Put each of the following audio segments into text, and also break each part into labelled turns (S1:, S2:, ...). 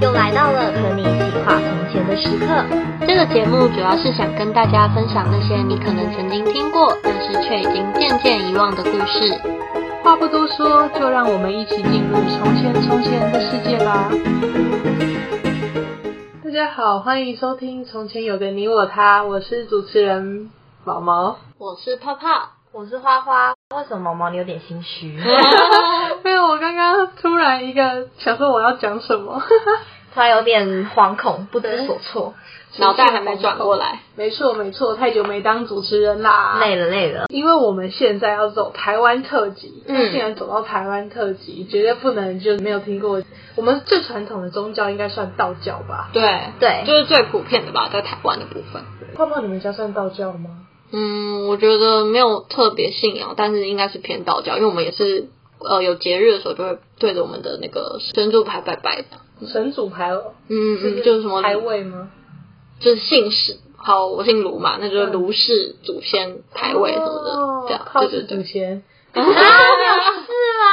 S1: 又来到了和你一起画从前的时刻。这个节目主要是想跟大家分享那些你可能曾经听过，但是却已经渐渐遗忘的故事。
S2: 话不多说，就让我们一起进入从前从前的世界吧。大家好，欢迎收听《从前有个你我他》，我是主持人毛毛。
S1: 我是泡泡，
S3: 我是花花，为什么毛毛你有点心虚？
S2: 没有，我刚刚突然一个想说我要讲什么，
S3: 突然有点惶恐，不知所措，
S1: 脑袋还没转过来。
S2: 没错没错，太久没当主持人啦。
S3: 累了累了。
S2: 因为我们现在要走台湾特辑，
S3: 嗯
S2: 既然走到台湾特辑，绝对不能就没有听过。我们最传统的宗教应该算道教吧？
S1: 对
S3: 对
S1: 就是最普遍的吧，在台湾的部分。
S2: 泡泡，你们家算道教吗？
S1: 嗯，我觉得没有特别信仰，但是应该是偏道教，因为我们也是呃有节日的时候就会对着我们的那个神主牌拜拜的。
S2: 神主牌哦
S1: 嗯嗯，就是什么
S2: 牌位吗？
S1: 就是姓氏，好，我姓卢嘛，那就是卢氏祖先牌位什么的，
S2: 哦
S1: 这样，
S2: 靠
S1: 对
S2: 是
S1: 对
S2: 祖
S1: 对。
S2: 先。
S3: 啊，是 吗？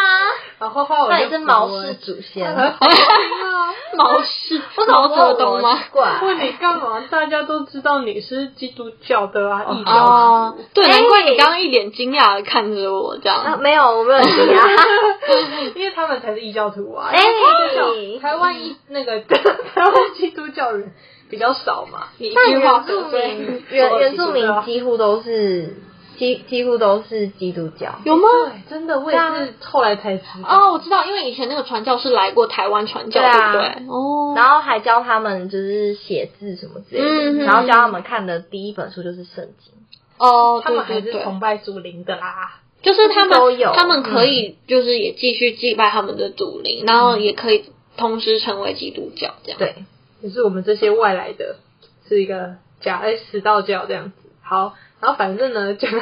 S2: 啊，花花，我
S3: 那
S2: 就
S3: 你是
S2: 服
S3: 毛
S2: 了
S3: 氏祖先？
S2: 哦
S1: 毛 氏，毛
S3: 毛
S1: 泽东吗？
S3: 怪。
S2: 问你干嘛？大家都知道你是基督教的啊，异教。
S1: 哦，对，
S3: 哎
S1: 难怪你刚刚一脸惊讶的看着我这
S3: 啊，
S1: 样。
S3: 没有，我没有提啊。
S2: 因为他们才是异教徒啊。
S3: 哎
S2: 因为基督教台湾一那个 台湾基督教人比较少嘛。
S1: 你一
S3: 但
S1: 句话
S3: 原
S1: 得
S3: 住
S1: 罪
S3: 民，原原住
S2: 对啊
S3: 民几乎都是几几乎都是基督教。
S1: 有吗？
S2: 对，哎真的，我也是后来才知道。
S1: 哦哦，我知道，因为以前那个传教士来过台湾传教，
S3: 对啊
S1: 不对？哦，
S3: 然后还教他们就是写字什么之类的，
S1: 嗯嗯
S3: 然后教他们看的第一本书就是圣经。
S1: 哦，
S2: 他
S1: 对
S2: 们还
S1: 对
S2: 是
S1: 对，
S2: 崇拜祖灵的啦。
S1: 就是他们
S3: 都有
S1: 他们可以就是也继续祭拜他们的祖灵，然后也可以同时成为基督教这样。
S3: 对，
S2: 也是我们这些外来的，是一个假哎死道教这样子。好，然后反正呢，讲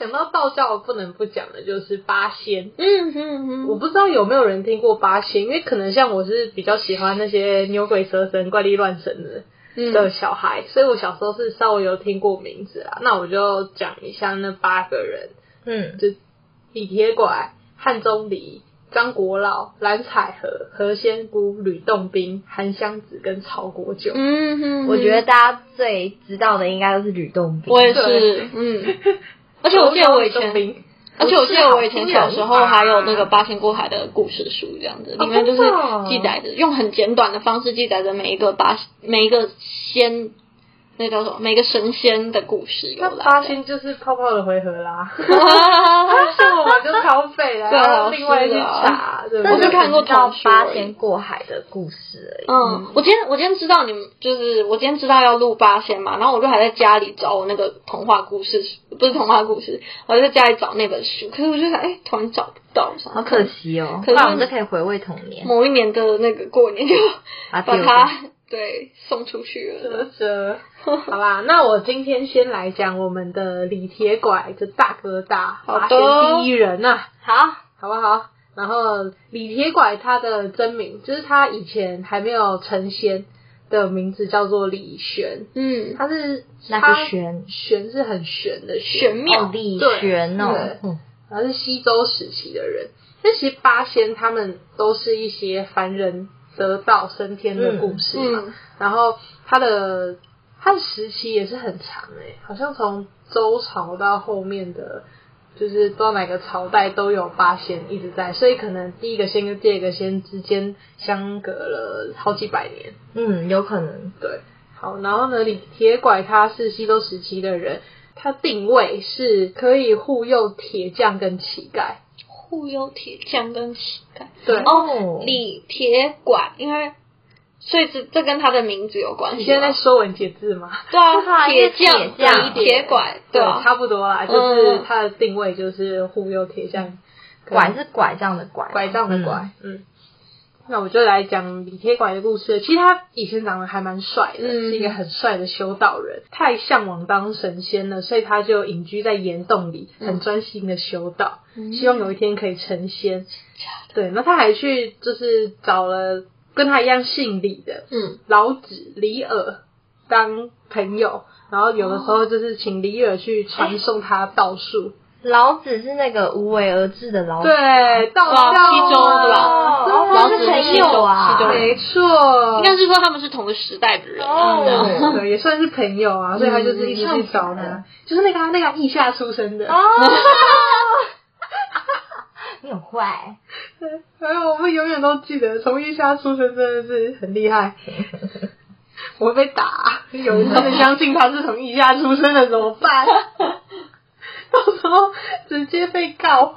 S2: 讲到道教，不能不讲的就是八仙。
S1: 嗯嗯嗯，
S2: 我不知道有没有人听过八仙，因为可能像我是比较喜欢那些牛鬼蛇神、怪力乱神的
S1: 嗯
S2: 的小孩，所以我小时候是稍微有听过名字啦。那我就讲一下那八个人：
S3: 嗯，
S2: 李铁拐、汉钟离、张国老、蓝采和、何仙姑、吕洞宾、韩湘子跟曹国舅。
S1: 嗯哼，
S3: 我觉得大家最知道的应该都是吕洞宾。
S1: 我也是
S2: 对，
S1: 嗯。 而且我记得我以前，而且我记得我以前小时候还有那个八仙过海的故事书这样子，
S2: 哦
S1: 里面就是
S2: 真的哦
S1: 记载着用很简短的方式记载着每一个八每一个仙，那叫什么每个神仙的故事由
S2: 那
S1: 来。
S2: 八仙就是泡泡的回合 啦，
S1: 嗯
S2: 像我们就超废了，
S1: 对啊
S2: 然后另外去
S1: 是啊
S2: 查，对不
S1: 我
S2: 对？
S1: 就看过
S3: 只知道
S1: 童书而
S3: 八
S1: 已
S3: 仙过海的故事而已。
S1: 嗯，我今天我今天知道你们就是我今天知道要录八仙嘛，然后我就还在家里找我那个童话故事，不是童话故事，我还在家里找那本书，可是我就想，哎、突然找不到，想
S3: 好可惜哦，
S1: 可是
S3: 不然我们就可以回味童年，啊
S1: 某一年的那个过年就
S3: 把
S1: 把
S3: 丢
S1: 它
S3: 掉
S1: 对送出去了。
S2: 啧啧，好啦，那我今天先来讲我们的李铁拐的大哥大，
S1: 好
S2: 八
S1: 的
S2: 仙第一人呐、
S3: 好，
S2: 好不好？然后李铁拐他的真名，就是他以前还没有成仙的名字叫做李玄，
S1: 嗯，
S2: 他是
S3: 那
S2: 他
S3: 个玄
S2: 玄是很玄的
S1: 玄妙
S3: 哦，李
S2: 对
S3: 玄哦
S2: 对，
S3: 嗯
S2: 然后是西周时期的人。那其实八仙他们都是一些凡人得道升天的故事嘛，
S1: 嗯，
S2: 然后他的他的时期也是很长诶、好像从周朝到后面的，就是不知道哪个朝代都有八仙一直在，所以可能第一个仙跟第二个仙之间相隔了好几百年。
S3: 嗯，有可能，
S2: 对，好，然后呢，李铁拐他是西周时期的人，他定位是可以护佑铁匠跟乞丐。
S1: 护佑铁匠跟乞丐。
S2: 对，
S1: 哦，李铁拐，因为所以这这跟他的名字有关系吗。
S2: 你现在在说文解字吗？
S1: 对啊，
S3: 因为
S1: 铁匠
S3: 铁匠
S1: 李铁拐，对啊，
S2: 差不多啦，就是
S1: 嗯
S2: 他的定位就是护佑铁匠跟
S3: 嗯拐是拐杖的拐，
S2: 拐杖的拐，嗯。那我就来讲李铁拐的故事。其实他以前长得还蛮帅的，
S1: 嗯
S2: 是一个很帅的修道人。太向往当神仙了，所以他就隐居在岩洞里，很专心的修道，
S1: 嗯
S2: 希望有一天可以成仙。对，那他还去就是找了跟他一样姓李的
S1: 嗯，
S2: 老子李耳当朋友，然后有的时候就是请李耳去传授他道术。
S3: 老子是那个无为而治的老子，
S2: 对，道
S1: 哇
S2: 教啊
S1: 西周的吧
S2: 对啊
S3: 老子
S1: 是
S3: 很
S1: 西周
S3: 有啊
S1: 西周人
S2: 没错，
S1: 应该是说他们是同个时代的人啊。
S3: 哦
S2: 对对，也算是朋友啊，所以他就是一直去找他，就是那个啊那个腋下出生的。
S3: 哦，你很坏，
S2: 哎呦，我们永远都记得，从腋下出生真的是很厉害。我会被打，有人真的相信他是从腋下出生的怎么办？ 到时候直接被告。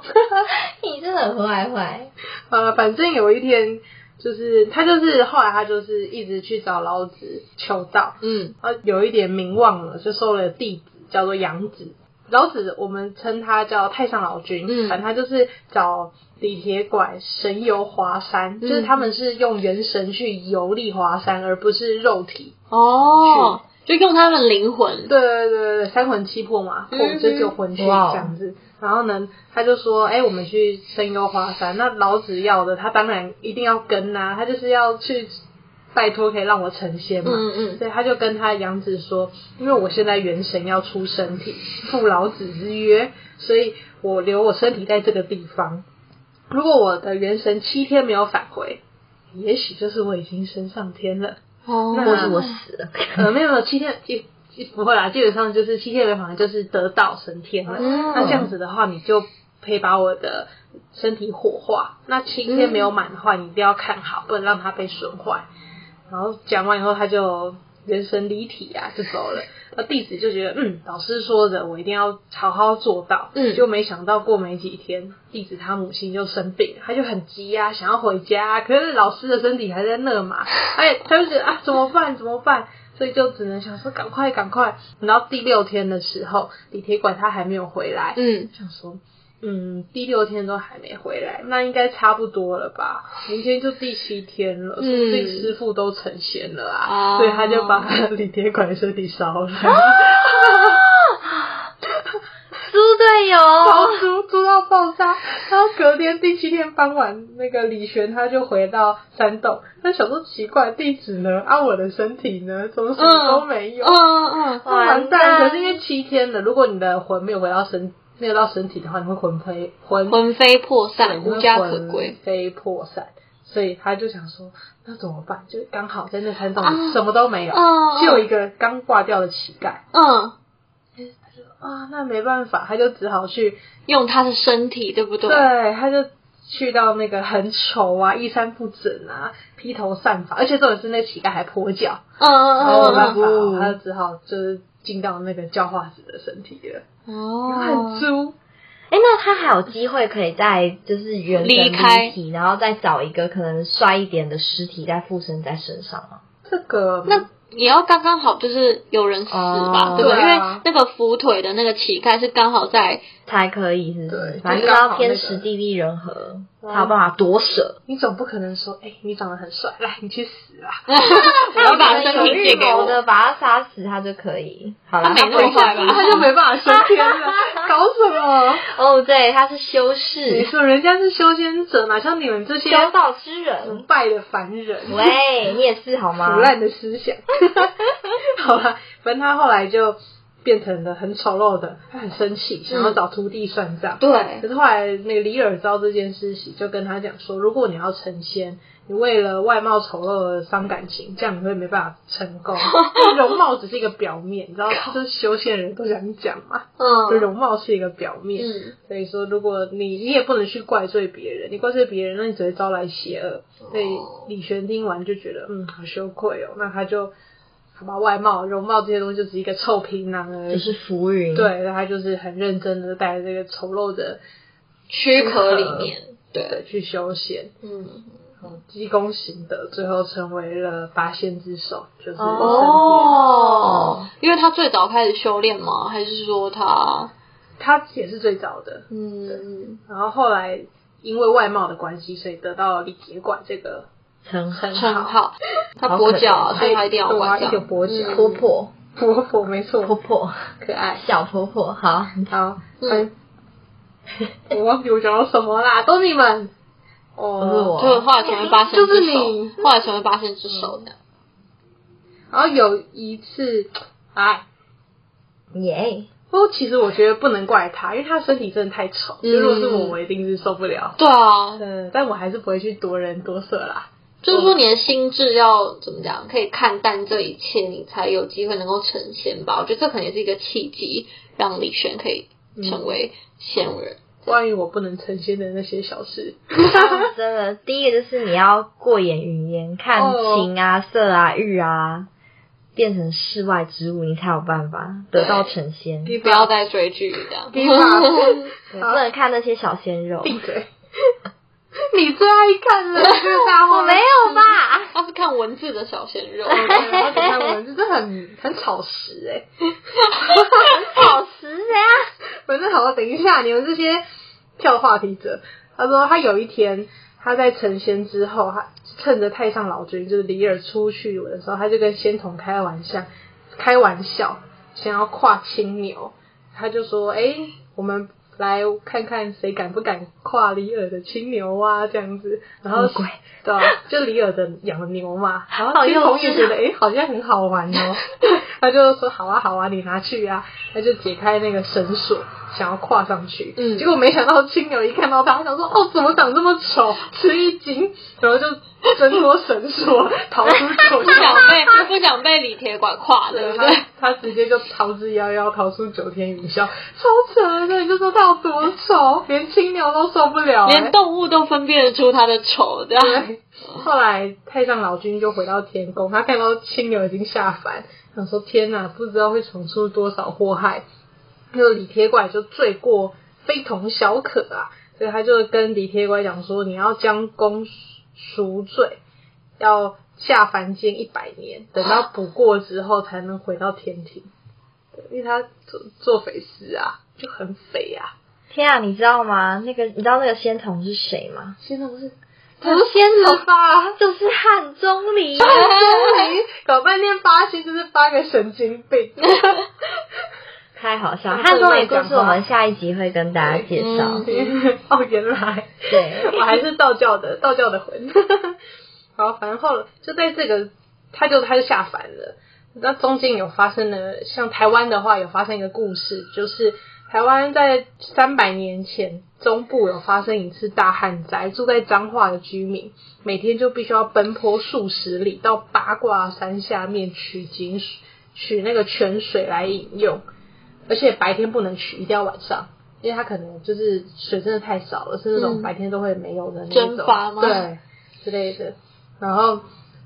S3: 你真的很坏坏。
S2: 呃，反正有一天，就是他就是后来他就是一直去找老子求道，
S1: 嗯，
S2: 他有一点名望了，就收了弟子，叫做杨子。老子我们称他叫太上老君，
S1: 嗯
S2: 反正他就是找李铁拐神游华山，就是他们是用元神去游历华山，而不是肉体。
S1: 哦，就用他们灵魂。
S2: 对对对对，三魂七魄嘛，魄
S1: 嗯
S2: 就只有魂去这
S3: 哇哦
S2: 样子。然后呢，他就说，哎、我们去神游华山。那老子要的，他当然一定要跟呐、他就是要去拜托可以让我成仙嘛。
S1: 嗯嗯
S2: 所以他就跟他杨子说，因为我现在元神要出身体，赴老子之约，所以我留我身体在这个地方。如果我的元神七天没有返回，也许就是我已经升上天了。
S1: 哦
S2: 那
S3: 或是我死了，
S2: 呃，没有没有，七天也也不会啦，基本上就是七天没反正就是得道升天了。
S3: 哦
S1: 嗯
S2: 那这样子的话，你就可以把我的身体火化。那七天没有满的话，你一定要看好，不能让它被损坏。然后讲完以后，他就人神离体啊，就走了。那弟子就觉得，嗯，老师说的，我一定要好好做到。
S1: 嗯
S2: 就没想到过没几天，弟子他母亲就生病，他就很急啊，想要回家、可是老师的身体还在那嘛，哎，他就觉得啊，怎么办？怎么办？所以就只能想说赶快赶快，等到第六天的时候，李铁拐他还没有回来，
S1: 嗯，
S2: 想说，嗯，第六天都还没回来，那应该差不多了吧？明天就第七天了，
S1: 嗯
S2: 说不定师傅都成仙了
S1: 哦
S2: 啊，所以他就把他李铁拐的身体烧 了，
S3: 猪队友，
S2: 烧猪猪到爆炸。然后隔天第七天傍晚，那个李玄他就回到山洞，他想说奇怪，弟子呢？啊，我的身体呢？怎么什么都没有？
S1: 嗯嗯嗯，
S2: 那完蛋！
S3: 完蛋
S2: 可是因为七天了，如果你的魂没有回到身，没有到身体的话，你会魂飞魂
S1: 魂飞魄
S2: 对
S1: 散，无家可，
S2: 就是
S1: 归
S2: 魂。飞魄散。所以他就想说，那怎么办？就刚好在那山洞
S1: 啊
S2: 里什么都没有，
S1: 嗯
S2: 只有一个刚挂掉的乞丐
S1: 嗯，
S2: 啊，那没办法，他就只好去，
S1: 用他的身体，对不对？
S2: 对，他就去到那个很丑啊、衣衫不整啊、披头散发，而且重点是那乞丐还跛脚，
S1: 嗯
S2: 然后没
S1: 嗯
S2: 办法
S1: 嗯
S3: 嗯
S2: 哦，他就只好就是进到那个教化子的身体了，
S1: 嗯，
S2: 很
S1: 哦，
S2: 猪，
S3: 哎、那他还有机会可以再就是原本
S1: 离开
S3: 体，然后再找一个可能帅一点的尸体再附身在身上吗？
S2: 这个
S1: 那也要刚刚好，就是有人死吧，
S3: 哦
S1: 对不对？因
S2: 对
S1: 为
S2: 啊
S1: 那个扶腿的那个乞丐是刚好在
S3: 才可以是不是
S2: 对
S3: 反正
S2: 就
S3: 就是
S2: 刚
S3: 要
S2: 好
S3: 天
S2: 那个
S3: 时地利人和，
S2: 哇
S3: 才有办法夺舍。
S2: 你总不可能说，哎、你长得很帅，来你去死啊！
S1: 我要把身
S3: 有
S1: 体
S3: 预
S1: 借给
S3: 谋
S1: 我。
S3: 的把他杀死，他就可以。好
S1: 他
S3: 了，
S1: 没那
S3: 他
S1: 么
S3: 不
S1: 坏吧
S2: 啊他就没办法升天了， 搞什么？
S3: 哦，对，他是修
S2: 你
S3: 士，
S2: 说人家是修仙者，哪像你们这些
S3: 修道之人。
S2: 崇拜的凡人，
S3: 喂，你也是好吗
S2: 腐？烂的思想。 好啦，反正他后来就变成了很丑陋的，他很生气，想要
S1: 嗯
S2: 找徒弟算账。
S1: 对
S2: 可是后来那个李尔遭这件事情，就跟他讲说，如果你要成仙，你为了外貌丑陋而伤感情，这样你会没办法成功。因为容貌只是一个表面，你知道，就是修仙人都想讲嘛。就
S1: 嗯
S2: 容貌是一个表面，
S1: 嗯
S2: 所以说如果你你也不能去怪罪别人，你怪罪别人，那你只会招来邪恶。所以李玄听完就觉得，嗯，好羞愧哦。那他就把外貌、容貌这些东西就只是一个臭皮囊而
S3: 只
S2: 已。
S3: 是浮云。，
S2: 对，那他就是很认真的带着这个丑陋的
S1: 躯壳里面，对，
S2: 对去修仙，
S1: 嗯，
S2: 嗯积功行德，最后成为了八仙之首，就是升天。
S1: 哦，因为他最早开始修炼吗？还是说他，
S2: 他也是最早的，
S1: 嗯，
S2: 然后后来因为外貌的关系，所以得到李铁拐这 个
S3: 陈
S2: 称
S1: 称
S2: 号。
S1: 号，他
S3: 好
S1: 跛
S3: 可
S1: 脚
S3: 怜
S1: 啊，所以他一定要
S2: 对啊
S1: 关
S2: 一
S1: 掉。
S2: 定要跛脚
S1: 嗯
S3: 婆婆，
S2: 婆婆没错，
S3: 婆婆，
S2: 可爱。
S3: 小婆 婆，好，
S2: 好，
S1: 嗯
S2: 嗯，
S3: 哎
S2: 我忘记我讲到什么啦，都你们。
S3: 不是
S2: 哦，
S3: 我
S1: 就后来成为八仙之首，
S2: 就是你
S1: 后来成为八仙之首的。
S2: 然后有一次，哎，
S3: 耶，
S2: 不过其实我觉得不能怪他，因为他身体真的太丑。
S3: 嗯
S2: 就如果是我，我一定是受不了。
S1: 对啊，
S2: 嗯，但我还是不会去夺人夺色啦。
S1: 就是说你的心智要怎么讲，可以看淡这一切，你才有机会能够成仙吧。我觉得这可能也是一个契机，让李轩可以
S2: 嗯
S1: 成为仙人。
S2: 关于我不能成仙的那些小事，
S3: 真的，第一个就是你要过眼云烟，看
S2: 哦
S3: 情啊、色啊、欲啊，变成世外之物，你才有办法得到成仙。
S2: 你
S3: 对
S1: 不要再追剧这样。
S2: 你 把
S3: 不
S2: 好
S3: 能看那些小鲜肉。
S2: 闭嘴！ 你最爱看的嗯那个大话，
S3: 我没有吧？
S1: 他是看文字的小鲜肉，
S2: 对。然后你看文字，这很很草食哎、
S3: 好实呀！
S2: 反正好，等一下，你们这些跳话题者，他说他有一天他在成仙之后，他趁着太上老君就是李耳出去的时候，他就跟仙童开玩笑，开玩笑想要跨青牛，他就说：“哎、我们来看看谁敢不敢跨李耳的青牛啊，这样子。”然后
S3: 什么鬼
S2: 对啊、就李耳的养的牛嘛，然后
S3: 好啊
S2: 仙
S3: 幼
S2: 童也
S3: 稚
S2: 觉得哎、诶好像很好玩 哦，他就说好啊好啊，你拿去啊，他就解开那个绳索，想要跨上去，
S1: 嗯
S2: 结果没想到青牛一看到他，他想说哦怎么长这么丑，吃一惊，然后就挣脱绳 索逃出九
S1: 不想
S2: 霄。
S1: 被 不想被李铁拐垮，对
S2: 对
S1: 不
S2: 他
S1: 对？，
S2: 他直接就逃之夭夭，逃出九天云霄，超扯的！你就说他有多丑，连青牛都受不了、欸
S1: 连动物都分辨得出他的丑，这样。
S2: 对， 后来太上老君就回到天宫，他看到青牛已经下凡，想说天哪，不知道会闯出多少祸害。就李铁拐就罪过非同小可啊，所以他就跟李铁拐讲说，你要将功赎罪，要下凡间一百年，等到补过之后才能回到天庭。对因为他做做匪事啊，就很匪啊。
S3: 天啊，你知道吗？那个你知道那个仙童是谁吗？
S2: 仙童是
S3: 不是仙童，
S2: 吧？
S3: 就是汉钟 离。
S2: 搞半天八仙就是八个神经病。
S3: 太好笑了！
S2: 他
S3: 汉
S2: 不会
S3: 钟离故
S2: 讲
S3: 事
S2: 话
S3: 我们下一集会跟大家介绍。
S1: 嗯
S2: 哦，原来，
S3: 对
S2: 我还是道教的，道教的魂。好，反正后来就在这个，他就他就下凡了。那中间有发生了，像台湾的话有发生一个故事，就是台湾在三百年前中部有发生一次大旱灾，住在彰化的居民每天就必须要奔波数十里到八卦山下面取井水，取那个泉水来饮用，而且白天不能取，一定要晚上。因为它可能就是水真的太少了，是那种
S1: 嗯
S2: 白天都会没有的那种，
S1: 蒸发吗
S2: 对，之类的。然后，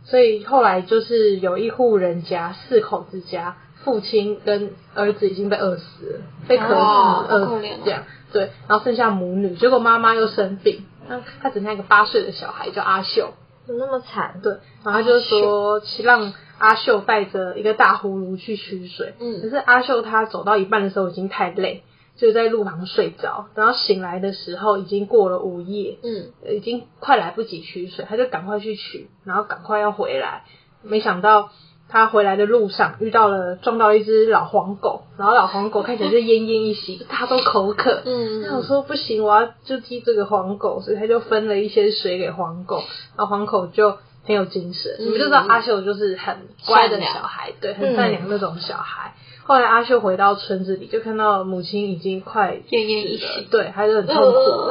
S2: 所以后来就是有一户人家，四口之家，父亲跟儿子已经被饿死了，被渴死
S1: 哇
S2: 饿
S1: 好可
S2: 死
S1: 怜哦
S2: 这样。对，然后剩下母女，结果妈妈又生病，
S1: 嗯
S2: 那她只剩下一个八岁的小孩叫阿秀，
S3: 怎么那么惨？
S2: 对，然后他就说让阿秀带着一个大葫芦去取水，
S1: 嗯
S2: 可是阿秀她走到一半的时候已经太累，就在路旁睡着，然后醒来的时候已经过了午夜，
S1: 嗯，
S2: 呃已经快来不及取水，他就赶快去取，然后赶快要回来。没想到他回来的路上遇到了撞到一只老黄狗，然后老黄狗看起来就奄奄一息，它都口渴。
S1: 嗯
S2: 那我说不行，我要就踢这个黄狗，所以他就分了一些水给黄狗，然后黄狗就很有精神。
S1: 嗯
S2: 你们就知道阿秀就是很乖的小孩，对，很善良那种小孩。后来阿秀回到村子里，就看到母亲已经快
S1: 奄奄一息。
S2: 对，他就很痛苦。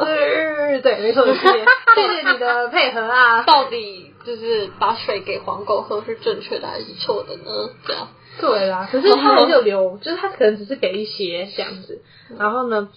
S1: 呃
S2: 呃对，没错，谢谢谢谢你的配合啊。
S1: 到底就是把水给黄狗喝是正确的还是错的呢？这样，
S2: 对啦，可是他还是有留，就是他可能只是给一些这样子。然后呢，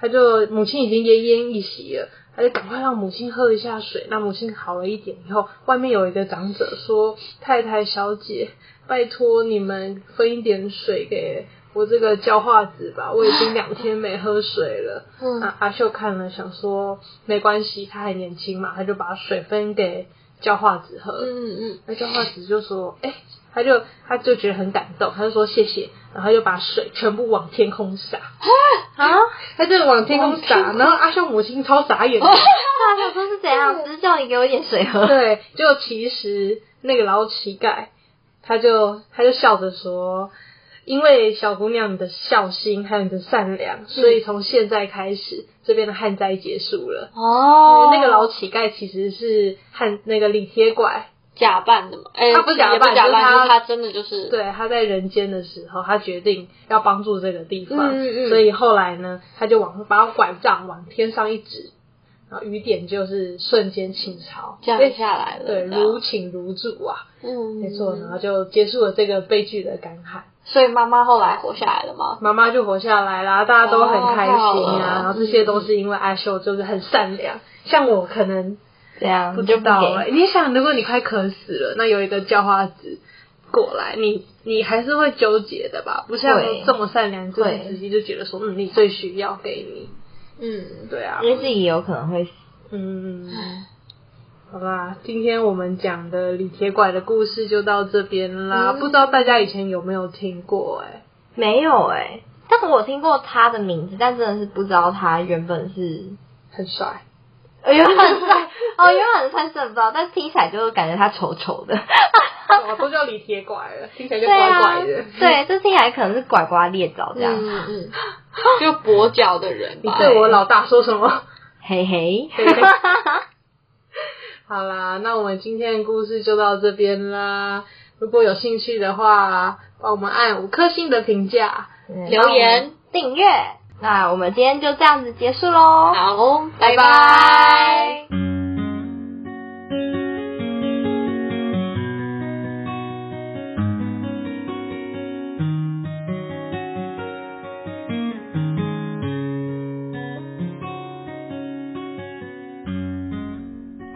S2: 他就母亲已经奄奄一息了，他就赶快让母亲喝一下水。那母亲好了一点以后，外面有一个长者说：“太太小姐，拜托你们分一点水给。”我这个叫化子吧，我已经两天没喝水了。
S1: 嗯
S2: 啊，阿秀看了想说没关系，他还年轻嘛，他就把水分给叫化子喝。
S1: 嗯嗯
S2: 那张化子就说：“哎、他就他就觉得很感动，他就说谢谢，然后就把水全部往天空洒，
S3: 啊！
S2: 他就往天空哦洒，然后阿秀母亲超傻眼的，
S3: 大家啊说是怎样？只是叫你给我一点水喝。
S2: 对，就其实那个老乞丐，他就他就笑着说。”因为小姑娘你的孝心还有你的善良，所以从现在开始，这边的旱灾结束了。
S1: 嗯，哦
S2: 那个老乞丐其实是汉那个李铁拐
S1: 假扮的嘛，哎、
S2: 他不是
S1: 也
S2: 假扮
S1: 假扮，
S2: 就是
S1: 就
S2: 他
S1: 是他真的就是，
S2: 对，他在人间的时候，他决定要帮助这个地方，
S3: 嗯嗯嗯
S2: 所以后来呢，他就往把拐杖往天上一指，然后雨点就是瞬间倾巢，
S1: 降
S2: 哎
S1: 下来了，
S2: 对，
S1: 这样
S2: 如请如注啊，
S1: 嗯，
S2: 没错，然后就结束了这个悲剧的感慨。
S1: 所以妈妈后来活下来了吗？
S2: 妈妈就活下来啦，大家都很开
S1: 哦
S2: 心
S1: 太好
S2: 啊。
S1: 了
S2: 然后这些都是因为阿秀就是很善良，像我可能
S3: 这样
S2: 不
S3: 啊你就
S2: 知道
S3: 给
S2: 哎、你想，如果你快渴死了，那有一个叫花子过来，你你还是会纠结的吧？不像
S3: 会
S2: 这么善良，就是
S3: 会
S2: 直接就觉得说，嗯，你最需要给你，
S1: 嗯，
S2: 对啊，
S3: 因为自己也有可能会死。
S2: 嗯，好啦，今天我们讲的李铁拐的故事就到这边啦。
S1: 嗯
S2: 不知道大家以前有没有听过、哎，
S3: 没有哎、但是我听过他的名字，但真的是不知道他原本是，
S2: 很 帅，
S3: 呃原本是 哦，原本算是不知道，但听起来就感觉他丑丑的，
S2: 我都叫李铁拐了，听起来就
S3: 对
S2: 怪
S3: 啊
S2: 怪的。，
S3: 对，这听起来可能是拐瓜裂枣这样，
S1: 嗯嗯， 就跛脚的人
S2: 你
S1: 吧，
S2: 对我老大说什么？
S3: 嘿嘿，
S2: 嘿嘿 好啦，那我们今天的故事就到这边啦。如果有兴趣的话，帮我们按五颗星的评价。
S1: 留言，
S3: 订阅，那我们今天就这样子结束喽，
S1: 好，
S3: 拜拜